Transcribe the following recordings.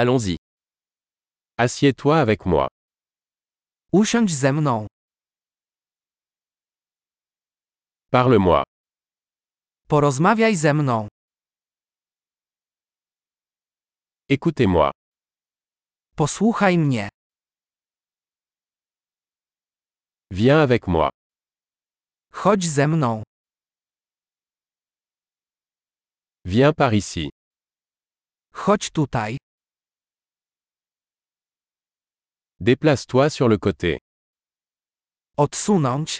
Allons-y. Assieds-toi avec moi. Usiądź ze mną. Parle-moi. Porozmawiaj ze mną. Écoutez-moi. Posłuchaj mnie. Viens avec moi. Chodź ze mną. Viens par ici. Chodź tutaj. Déplace-toi sur le côté. Odsunąć.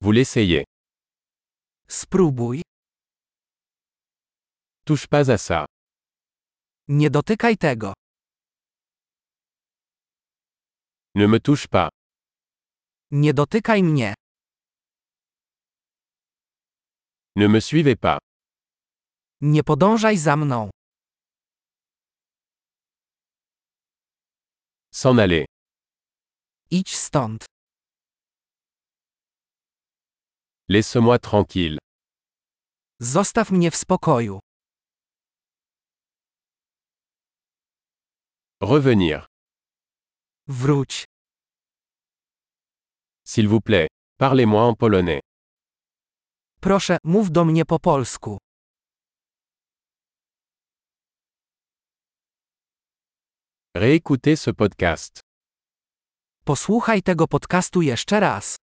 Vous l'essayez. Spróbuj. Touche pas à ça. Nie dotykaj tego. Ne me touche pas. Nie dotykaj mnie. Ne me suivez pas. Nie podążaj za mną. S'en aller. Idź stąd. Laisse-moi tranquille. Zostaw mnie w spokoju. Revenir. Wróć. S'il vous plaît. Parlez-moi en polonais. Proszę, mów do mnie po polsku. Réécoutez ce podcast. Posłuchaj tego podcastu jeszcze raz.